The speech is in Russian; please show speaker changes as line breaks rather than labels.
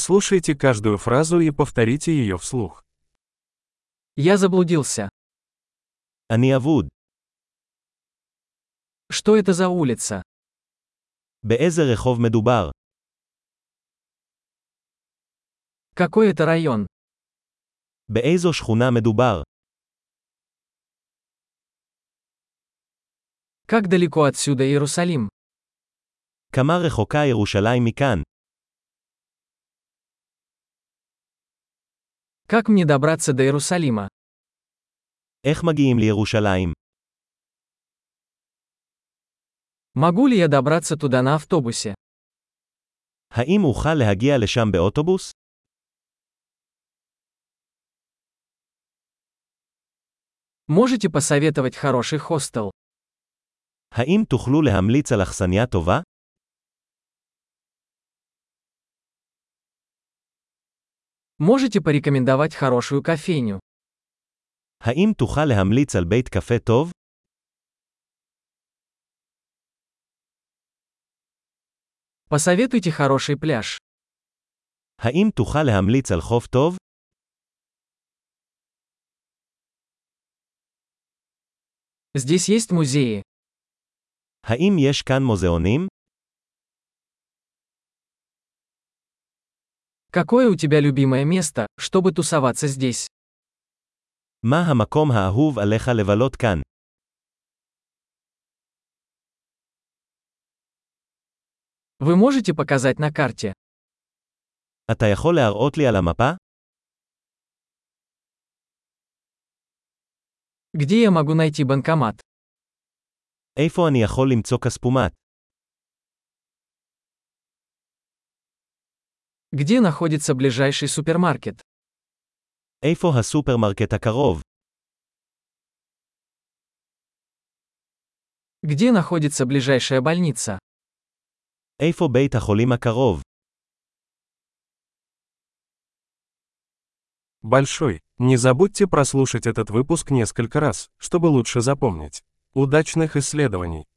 Прослушайте каждую фразу и повторите ее вслух.
Я заблудился.
אני אבוד.
Что это за улица?
באיזה רחוב מדובר?
Какой это район?
באיזו שכונה מדובר?
Как далеко отсюда Иерусалим?
כמה רחוקה ירושלים מכאן?
Как мне добраться до Иерусалима?
איך מגיעים לירושלים?
Могу ли я добраться туда на автобусе?
האם אוכל להגיע לשם באוטובוס?
Можете посоветовать хороший хостел?
האם תוכלו להמליץ על אכסניה טובה?
Можете порекомендовать хорошую кофейню?
האם תוכל להמליץ על בית קפה טוב?
Посоветуйте хороший пляж.
האם תוכל להמליץ על חוף טוב?
Здесь есть музеи.
האם יש כאן מוזיאונים?
Какое у тебя любимое место, чтобы тусоваться здесь?
מה המקום האהוב עליך לבלות כאן?
Вы можете показать на карте?
אתה יכול להראות לי על המפה?
Где я могу найти банкомат?
איפה אני יכול למצוא כספומט?
Где находится ближайший супермаркет?
איפה הסופרמרקט הקרוב?
Где находится ближайшая больница?
איפה בית החולים הקרוב?
Большой. Не забудьте прослушать этот выпуск несколько раз, чтобы лучше запомнить. Удачных исследований!